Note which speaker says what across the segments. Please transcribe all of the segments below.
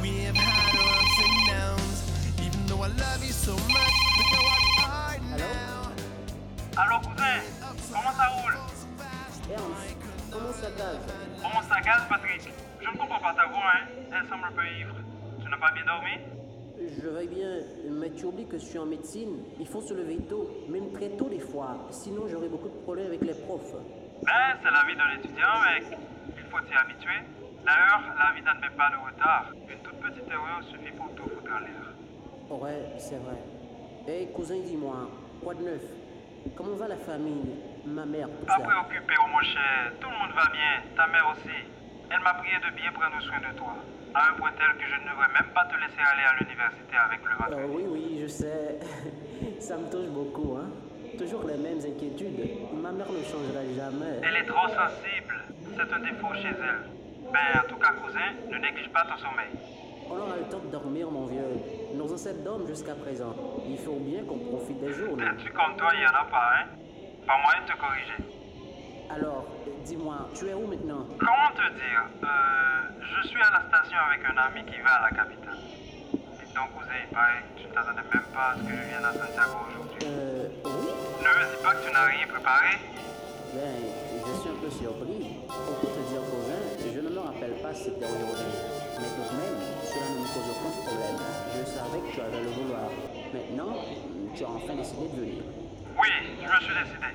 Speaker 1: We have had our ups and downs. Even though I love you so much, look how I are now.
Speaker 2: Allo cousin, comment ça roule
Speaker 3: Ernst, comment ça gaz
Speaker 2: Comment ça gaz Patrick Je ne comprends pas ta voix, hein Elle semble un peu ivre. Tu n'as pas bien dormi
Speaker 3: Je vais bien, mais tu oublies que je suis en médecine. Il faut se lever tôt, même très tôt des fois. Sinon, j'aurai beaucoup de problèmes avec les profs.
Speaker 2: Ben, c'est la vie d'un étudiant, mec. Il faut s'y habituer. D'ailleurs, la vie n'admet pas de retard. Une toute petite erreur suffit pour tout foutre en l'air.
Speaker 3: Ouais, c'est vrai. Hé, cousin, dis-moi, quoi de neuf Comment va la famille Ma mère, tout
Speaker 2: Pas
Speaker 3: ça.
Speaker 2: préoccupé, oh mon cher. Tout le monde va bien, ta mère aussi. Elle m'a prié de bien prendre soin de toi. À un point tel que je ne devrais même pas te laisser aller à l'université avec le ventre.
Speaker 3: Euh, oui, oui, je sais. ça me touche beaucoup, hein. Toujours les mêmes inquiétudes. Ma mère ne changera jamais.
Speaker 2: Elle est trop sensible. C'est un défaut chez elle. Ben, en tout cas, cousin, ne néglige pas ton sommeil.
Speaker 3: On aura le temps de dormir, mon vieux. Nos ancêtres dorment jusqu'à présent. Il faut bien qu'on profite des journées.
Speaker 2: Tu comme toi, il n'y en a pas, hein Pas moyen de te corriger.
Speaker 3: Alors, dis-moi, tu es où maintenant
Speaker 2: Comment te dire Euh, Je suis à la station avec un ami qui va à la capitale. Dis donc, cousin, il paraît que tu ne t'attendais même pas à ce que je vienne à Santiago aujourd'hui.
Speaker 3: Euh, oui
Speaker 2: Ne me dis pas que tu n'as rien préparé
Speaker 3: Ben, je suis un peu surpris. Pour te dire cousin, je ne me rappelle pas si c'était aujourd'hui. Mais tout de même, cela ne me cause aucun problème. Je savais que tu avais le vouloir. Maintenant, tu as enfin décidé de venir.
Speaker 2: Oui, je me suis décidé.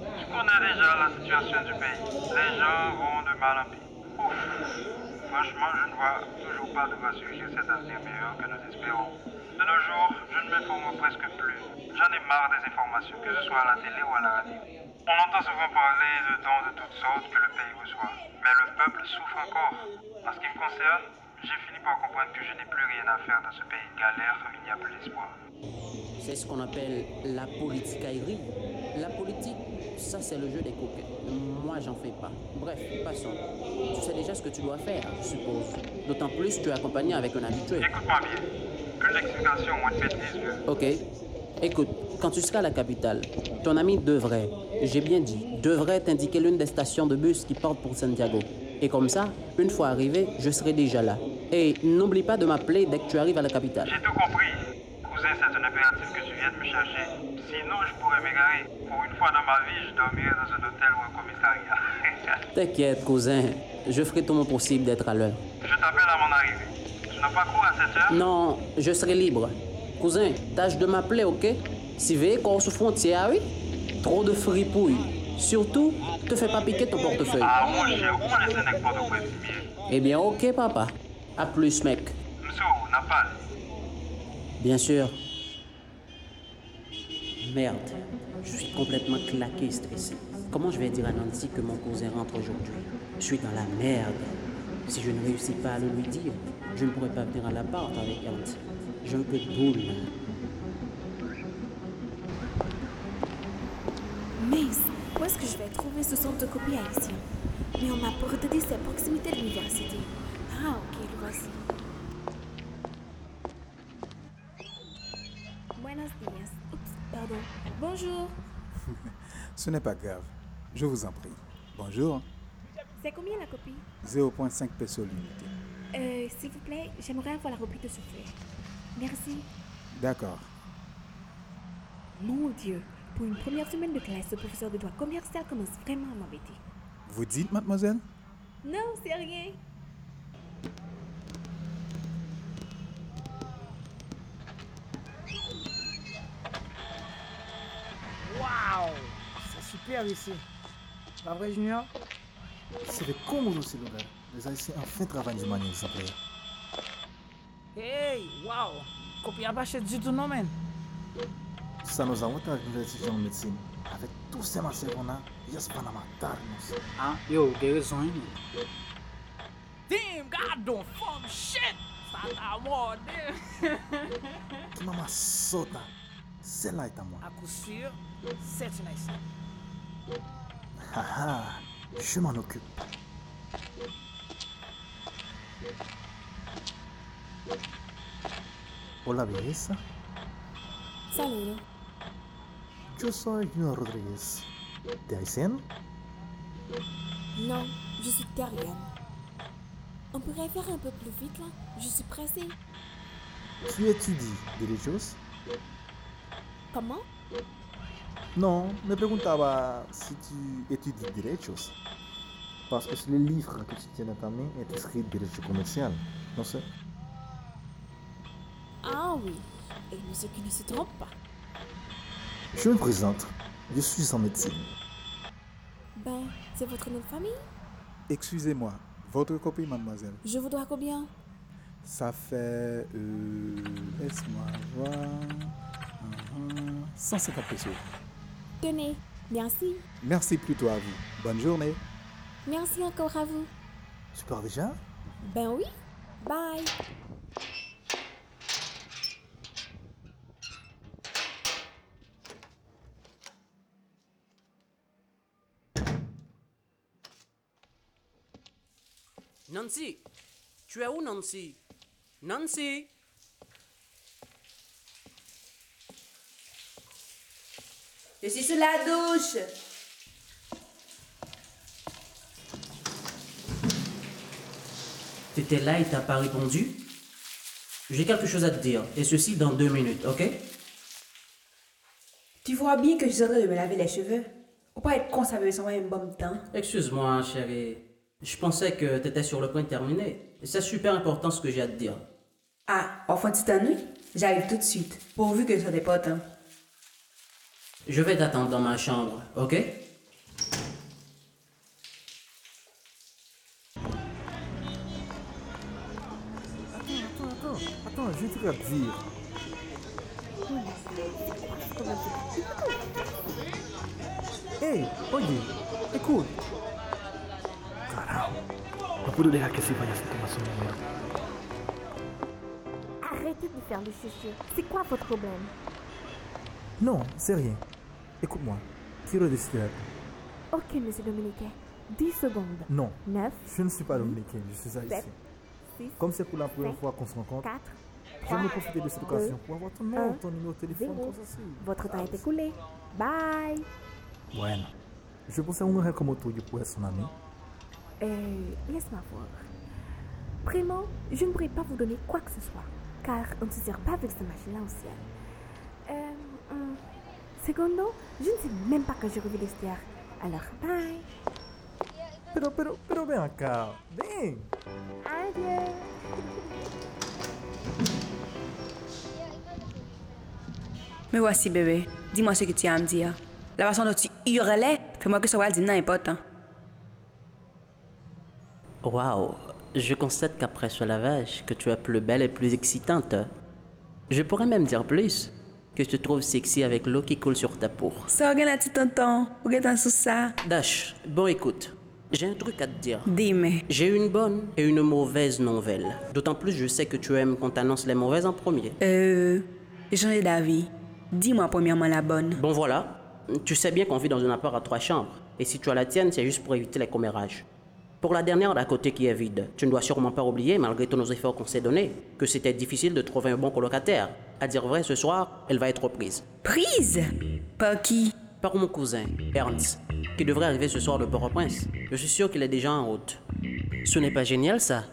Speaker 2: Je connais déjà la situation du pays. Les gens vont de mal en pire. Ouf Franchement, je ne vois toujours pas de quoi surgir cet avenir meilleur que nous espérons. De nos jours, je ne m'informe presque plus. J'en ai marre des informations, que ce soit à la télé ou à la radio. On entend souvent parler de dons de toutes sortes que le pays reçoit. Mais le peuple souffre encore. En ce qui me concerne, j'ai fini par comprendre que je n'ai plus rien à faire dans ce pays de galère où il n'y a plus d'espoir.
Speaker 3: C'est ce qu'on appelle la politique aérie. La politique, ça c'est le jeu des coquins. Moi j'en fais pas. Bref, passons. Tu sais déjà ce que tu dois faire, je suppose. D'autant plus que tu es accompagné avec un habitué.
Speaker 2: Écoute-moi bien. Une explication moins de bêtises que...
Speaker 3: Ok. Écoute, quand tu seras à la capitale, ton ami devrait, j'ai bien dit, devrait t'indiquer l'une des stations de bus qui portent pour Santiago. Et comme ça, une fois arrivé, je serai déjà là. Et n'oublie pas de m'appeler dès que tu arrives à la capitale.
Speaker 2: J'ai tout compris. Cousin, c'est un impératif que tu viennes me chercher. Sinon, je pourrais m'égarer. Pour une fois dans ma vie, je dormirai dans un hôtel ou un commissariat.
Speaker 3: T'inquiète, cousin, je ferai tout mon possible d'être à l'heure.
Speaker 2: je t'appelle à mon arrivée. Tu n'as pas cours à cette heure
Speaker 3: Non, je serai libre. Cousin, tâche de m'appeler, ok Si veillez qu'on se frontière, ah oui Trop de fripouille. Surtout, te fais pas piquer ton portefeuille.
Speaker 2: Ah, mon cher, où on est n'importe quoi de bien
Speaker 3: Eh bien, ok, papa. À plus, mec.
Speaker 2: Monsieur, n'a pas.
Speaker 3: Bien sûr. Merde, je suis complètement claqué et stressé. Comment je vais dire à Nancy que mon cousin rentre aujourd'hui Je suis dans la merde. Si je ne réussis pas à le lui dire, je ne pourrai pas venir à l'appart avec Nancy. J'ai un peu de boule.
Speaker 4: Mince, où est-ce que je vais trouver ce centre de copie haïtien Mais on m'a porté ses proximités de l'université. Ah, ok, le voici. Buenos días. Oups, pardon. Bonjour.
Speaker 5: Ce n'est pas grave. Je vous en prie. Bonjour.
Speaker 4: C'est combien la copie
Speaker 5: 0,5 pesos l'unité.
Speaker 4: Euh, s'il vous plaît, j'aimerais avoir la rubrique de souffler. Merci.
Speaker 5: D'accord.
Speaker 4: Mon Dieu, pour une première semaine de classe, ce professeur de droit commercial commence vraiment à m'embêter.
Speaker 5: Vous dites, mademoiselle
Speaker 4: Non, c'est rien.
Speaker 6: Waouh C'est super ici. Pas vrai, Junior
Speaker 7: C'est le combo aussi, le gars. Les Haïtiens enfin travaillent de manière exemplaire.
Speaker 6: Hey, waouh Copie à bâcher du tout, non, man
Speaker 7: Ça nous a montré avec nos étudiants en médecine. Avec tous ces matières qu'on a, yes, Panama, Tarnos.
Speaker 6: Ah, yo, guérison, hein Damn, god don't fuck shit Ça t'a mort, damn
Speaker 7: Qui m'a sota. Celle-là est à moi.
Speaker 6: À coup sûr, c'est une haïtienne.
Speaker 7: Ah ah, je m'en occupe. Hola, belleza.
Speaker 4: Salut.
Speaker 7: Yo soy Junior Rodríguez. ¿De Haitien?
Speaker 4: Non, je suis terrienne. On pourrait faire un peu plus vite là Je suis pressée.
Speaker 7: Tu étudies des choses
Speaker 4: Comment
Speaker 7: Non, me preguntaba si tu étudies derechos. Parce que le livre que tu tiens dans ta main est écrit derecho commercial. Non, c'est
Speaker 4: Ah oui. Et monsieur qui ne se trompe pas.
Speaker 7: Je me présente. Je suis en médecine.
Speaker 4: Ben, c'est votre nom de famille
Speaker 5: Excusez-moi, votre copie, mademoiselle,
Speaker 4: Je vous dois combien
Speaker 5: ça fait. euh, Laisse-moi voir. Uhum, 150 pesos.
Speaker 4: Tenez. Merci.
Speaker 5: Merci plutôt à vous. Bonne journée.
Speaker 4: Merci encore à vous.
Speaker 7: Tu pars déjà
Speaker 4: Ben oui. Bye.
Speaker 3: Nancy, tu es où Nancy Nancy
Speaker 8: Je suis sous la douche.
Speaker 3: T'étais là et t'as pas répondu J'ai quelque chose à te dire, et ceci dans deux minutes, ok
Speaker 8: Tu vois bien que je suis en train de me laver les cheveux. Faut pas être con, ça veut dire en même bon temps.
Speaker 3: Excuse-moi, chérie. Je pensais que t'étais sur le point de terminer. C'est super important ce que j'ai à te dire.
Speaker 8: Ah, enfin tu t'ennuies J'arrive tout de suite, pourvu que ça n'est pas temps.
Speaker 3: Je vais t'attendre dans ma chambre, ok
Speaker 7: Attends, attends, je vais te dire. Hey, oye, écoute. Carajo, no puedo dejar que se vaya sin tomar su número.
Speaker 4: Arrêtez de faire le chouchou. C'est quoi votre problème
Speaker 7: Non, c'est rien. Écoute-moi, tire des cigarettes.
Speaker 4: Ok, monsieur Dominicain. 10 secondes.
Speaker 7: Non,
Speaker 4: 9,
Speaker 7: je ne suis pas dominicain, je suis haïtien.
Speaker 4: 6,
Speaker 7: Comme c'est pour la première fois qu'on se rencontre,
Speaker 4: 4,
Speaker 7: j'aime profiter de cette occasion pour avoir ton nom,
Speaker 4: un,
Speaker 7: ton numéro de téléphone,
Speaker 4: zéro.
Speaker 7: comme ça c'est-
Speaker 4: Votre temps est écoulé. Bye.
Speaker 7: Bueno, je pensais un mujer como tú, yo puedo ser un ami.
Speaker 4: Euh, laisse-moi voir. Vraiment, je ne pourrais pas vous donner quoi que ce soit, car on ne se tire pas avec ce machin-là au ciel. Euh, hum. Secondo, je ne sais même pas que je revis l'estière. Alors, bye.
Speaker 7: Pero, pero, pero ven acá, ven.
Speaker 4: Adieu.
Speaker 8: Me voici bébé, dis-moi ce que tu as à me dire. La façon dont tu hurlais, fais-moi que ça va dire n'importe. hein.
Speaker 3: Waouh, je constate qu'après ce lavage, que tu es plus belle et plus excitante. Je pourrais même dire plus, que je te trouve sexy avec l'eau qui coule sur ta peau.
Speaker 8: Ça, regarde la petite tonton, regarde sous ça.
Speaker 3: Dash, bon écoute, j'ai un truc à te dire.
Speaker 8: Dis-moi,
Speaker 3: J'ai une bonne et une mauvaise nouvelle. D'autant plus je sais que tu aimes qu'on t'annonce les mauvaises en premier.
Speaker 8: euh, j'ai changé d'avis. Dis-moi premièrement la bonne.
Speaker 3: Bon voilà, tu sais bien qu'on vit dans un appart à trois chambres. Et si tu as la tienne, c'est juste pour éviter les commérages. Pour la dernière d'à côté qui est vide, tu ne dois sûrement pas oublier, malgré tous nos efforts qu'on s'est donnés, que c'était difficile de trouver un bon colocataire. À dire vrai, ce soir, elle va être reprise.
Speaker 8: Prise Par qui
Speaker 3: Par mon cousin, Ernst, qui devrait arriver ce soir de Port-au-Prince. Je suis sûr qu'il est déjà en route. Ce n'est pas génial, ça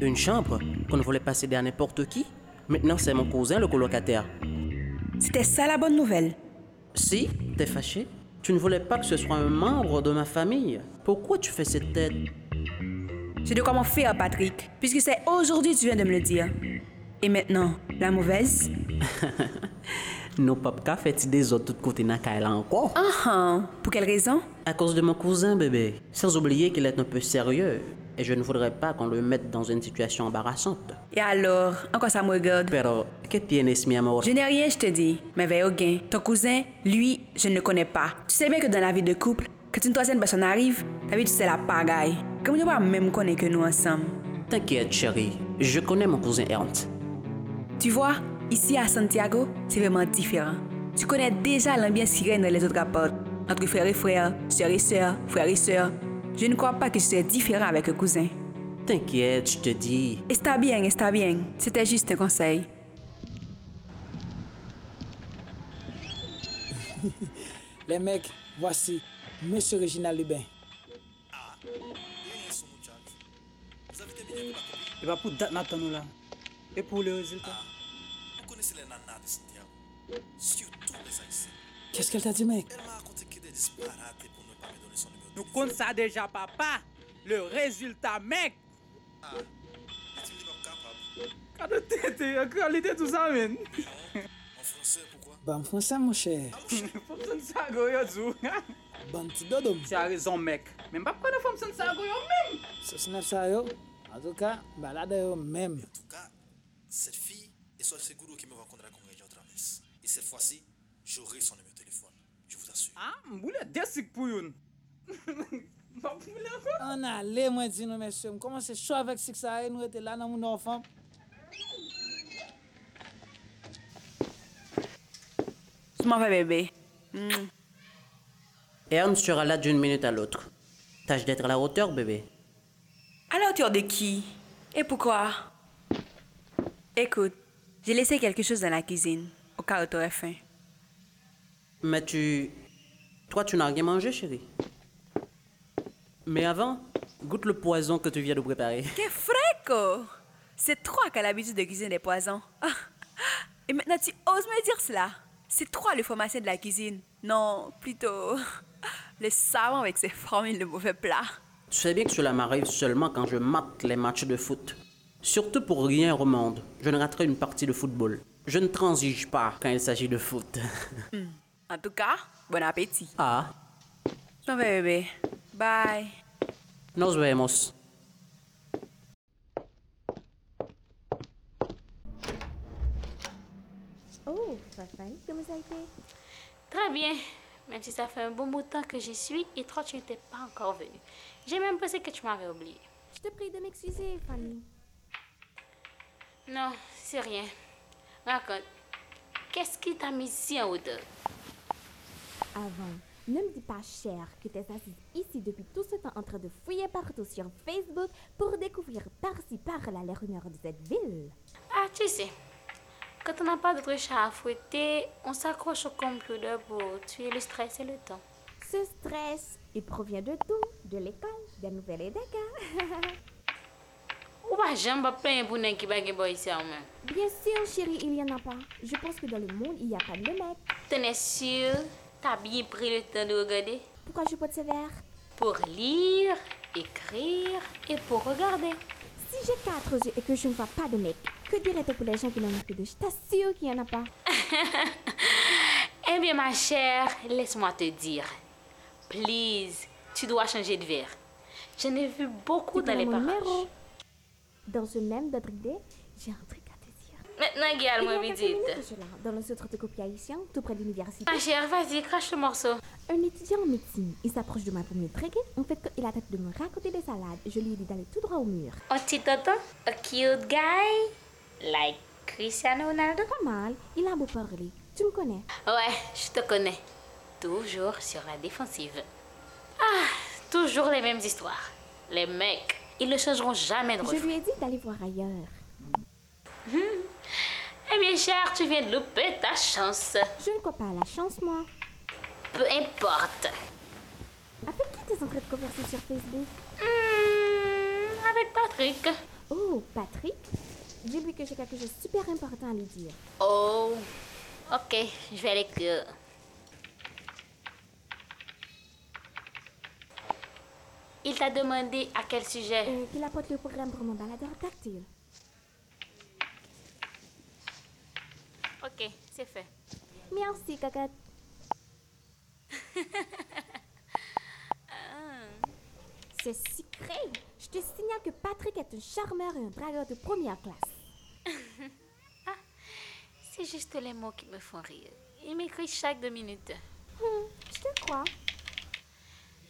Speaker 3: Une chambre qu'on ne voulait pas céder à n'importe qui Maintenant, c'est mon cousin, le colocataire.
Speaker 8: C'était ça la bonne nouvelle.
Speaker 3: Si, t'es fâché Tu ne voulais pas que ce soit un membre de ma famille. Pourquoi tu fais cette tête
Speaker 8: Je dois comment faire, Patrick, puisque c'est aujourd'hui que tu viens de me le dire. Et maintenant, la mauvaise
Speaker 3: Nos papka fait des autres toute côté Nakaela encore.
Speaker 8: Ah ah, pour quelle raison
Speaker 3: À cause de mon cousin, bébé. Sans oublier qu'il est un peu sérieux. Et je ne voudrais pas qu'on le mette dans une situation embarrassante.
Speaker 8: Et alors, en quoi ça me regarde
Speaker 3: Pero, que tienes, mi amor?
Speaker 8: Je n'ai rien, je te dis. Mais veille au gain. Ton cousin, lui, je ne le connais pas. Tu sais bien que dans la vie de couple, quand une troisième personne arrive, ta vie, tu sais la pagaille. Comme nous ne même connaître que nous ensemble.
Speaker 3: T'inquiète, chérie. Je connais mon cousin Ernst.
Speaker 8: Tu vois, ici à Santiago, c'est vraiment différent. Tu connais déjà l'ambiance qui règne dans les autres rapports, entre frères et frères, sœurs et sœurs, frères et sœurs. Je ne crois pas que tu sois différent avec un cousin.
Speaker 3: T'inquiète, je te dis.
Speaker 8: Está bien, está bien. C'était juste un conseil.
Speaker 9: Les mecs, voici Monsieur Reginald Lubin. E pa pou dat nan tan nou la. E pou le rezultat.
Speaker 1: Vous connaissez les nanas de Santiago, surtout les haïtiens.
Speaker 9: Qu'est-ce qu'elle t'a dit, mec
Speaker 1: Elle m'a raconté qu'il est disparaté pour ne pas me donner son numéro. de
Speaker 9: Nou
Speaker 1: téléphone.
Speaker 9: kon sa deja, papa. Le rezultat, mec.
Speaker 1: Et tu me dis pas capable.
Speaker 9: Kado tete, kalite tout sa men.
Speaker 1: En français, pourquoi
Speaker 9: Ban fransa, Bah, mon chè. Fomson sa go yo zou.
Speaker 6: Ban ti dodom.
Speaker 9: Tu a rezon, mec. Men pa konen Fomson sa go yo men.
Speaker 6: Se snap sa yo, an tou ka, balade yo mem.
Speaker 1: En tout cas, cette fille est sur seguro qui me rencontrera con elle otra vez. Et cette fois-ci, j'aurai son numéro de téléphone. Je vous assure.
Speaker 9: Ha, mboule desik pou yon. Ba mboule anko.
Speaker 6: An ale mwen di nou mesye, m koman se chou avèk sik sa e nou ete la nan moun ofan.
Speaker 8: Tu m'en vas, bébé.
Speaker 3: Ernst sera là d'une minute à l'autre. Tâche d'être à la hauteur, bébé.
Speaker 8: À la hauteur de qui Et pourquoi Écoute, j'ai laissé quelque chose dans la cuisine, au cas où t'aurais faim.
Speaker 3: Mais tu... Toi, tu n'as rien mangé, chérie. Mais avant, goûte le poison que tu viens de préparer.
Speaker 8: Que fréco C'est toi qui as l'habitude de cuisiner des poisons. Ah! Et maintenant, tu oses me dire cela C'est toi le pharmacien de la cuisine. Non, plutôt le savant avec ses formules de mauvais plats.
Speaker 3: Tu sais bien que cela m'arrive seulement quand je mate les matchs de foot. Surtout pour rien au monde, je ne raterai une partie de football. Je ne transige pas quand il s'agit de foot.
Speaker 8: En tout cas, bon appétit.
Speaker 3: ah,
Speaker 8: Je m'en vais, bébé. Bye.
Speaker 3: nos vemos.
Speaker 4: Oh, Fafaï, comment ça a été
Speaker 10: Très bien. Même si ça fait un bon bout de temps que j'y suis, et toi, tu n'étais pas encore venu. J'ai même pensé que tu m'avais oublié.
Speaker 4: Je te prie de m'excuser, Fanny.
Speaker 10: Non, c'est rien. Raconte, qu'est-ce qui t'a mis si en hauteur
Speaker 4: Avant, ne me dis pas cher que t'es assise ici depuis tout ce temps en train de fouiller partout sur Facebook pour découvrir par-ci par-là les rumeurs de cette ville.
Speaker 10: Ah, tu sais, quand on n'a pas d'autre chat à fouetter, on s'accroche au computer pour tuer le stress et le temps.
Speaker 4: Ce stress, il provient de tout, de l'école, des nouvelles et des gars.
Speaker 10: Ou bah, j'aime pas plein pour qui bague boy ici hein. en main.
Speaker 4: Bien sûr, chérie, il n'y en a pas. Je pense que dans le monde, il n'y a pas de mec.
Speaker 10: T'en es sûr T'as bien pris le temps de regarder
Speaker 4: Pourquoi je porte ce verre
Speaker 10: Pour lire, écrire et pour regarder.
Speaker 4: Si j'ai quatre yeux et que je ne vois pas de mec, que dirais-tu pour les gens qui n'en ont que deux Je t'assure qu'il n'y en a pas.
Speaker 10: Eh bien, ma chère, laisse-moi te dire. Please, tu dois changer de verre. J'en ai vu beaucoup
Speaker 4: Tu
Speaker 10: dans les
Speaker 4: prends mon
Speaker 10: parages.
Speaker 4: numéro. Dans ce même d'autres idée, j'ai un truc à te dire.
Speaker 10: Maintenant, Guillaume,
Speaker 4: Il y a
Speaker 10: moi,
Speaker 4: quelques minutes que je l'ai, dans le centre de copie haïtien, tout près de l'université.
Speaker 8: Ah,
Speaker 10: Ma chère, vas-y, crache le morceau.
Speaker 4: Un étudiant en médecine, il s'approche de moi pour me draguer. En fait, quand il a tête de me raconter des salades, je lui ai dit d'aller tout droit au mur.
Speaker 10: Un petit tonton, a cute guy, like Cristiano Ronaldo.
Speaker 4: Pas mal, il a beau parler. Tu me connais.
Speaker 10: Ouais, je te connais. Toujours sur la défensive. Ah, toujours les mêmes histoires. Les mecs, ils ne changeront jamais de
Speaker 4: Je
Speaker 10: refrain.
Speaker 4: lui ai dit d'aller voir ailleurs.
Speaker 10: Eh bien, cher, tu viens de louper ta chance.
Speaker 4: Je ne crois pas à la chance, moi.
Speaker 10: Peu importe.
Speaker 4: Avec qui t'es en train de converser sur Facebook
Speaker 10: Hum, Hmm, avec Patrick.
Speaker 4: Oh, Patrick Dis-lui que j'ai quelque chose de super important à lui dire.
Speaker 10: Oh, ok, je vais l'écrire. Il t'a demandé à quel sujet
Speaker 4: Euh, qu'il apporte le programme pour mon baladeur tactile.
Speaker 10: Ok, c'est fait.
Speaker 4: Merci, caca. C'est sucré. Je te signale que Patrick est un charmeur et un dragueur de première classe.
Speaker 10: Ah, C'est juste les mots qui me font rire. Il m'écrit chaque deux minutes.
Speaker 4: Hum, je te crois.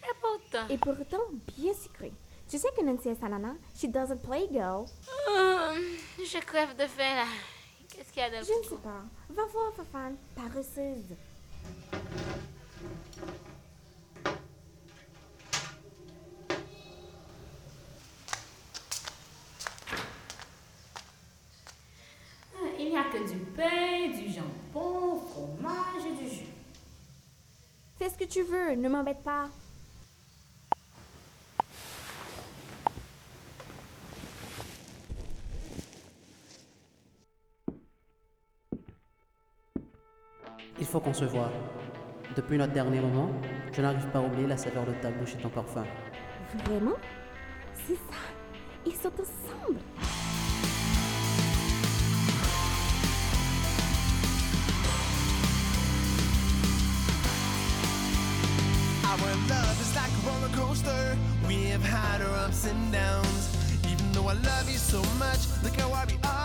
Speaker 10: Et pourtant...
Speaker 4: Et pourtant, bien sucré. Tu sais que Nancy est sa nana. She doesn't play girl.
Speaker 10: Hum, je crève de faim là. Qu'est-ce qu'il y a dans le
Speaker 4: Je ne
Speaker 10: couteau?
Speaker 4: sais pas. Va voir, Fafan. Paresseuse.
Speaker 10: Il n'y a que du pain, du jambon, fromage et du jus.
Speaker 4: Fais ce que tu veux. Ne m'embête pas.
Speaker 3: Il faut qu'on se voie. Depuis notre dernier moment, je n'arrive pas à oublier la saveur de ta bouche et ton parfum.
Speaker 4: Vraiment C'est ça. Ils sont ensemble.
Speaker 1: Our love is like a roller coaster. We have had our ups and downs. Even though I love you so much, look how I be.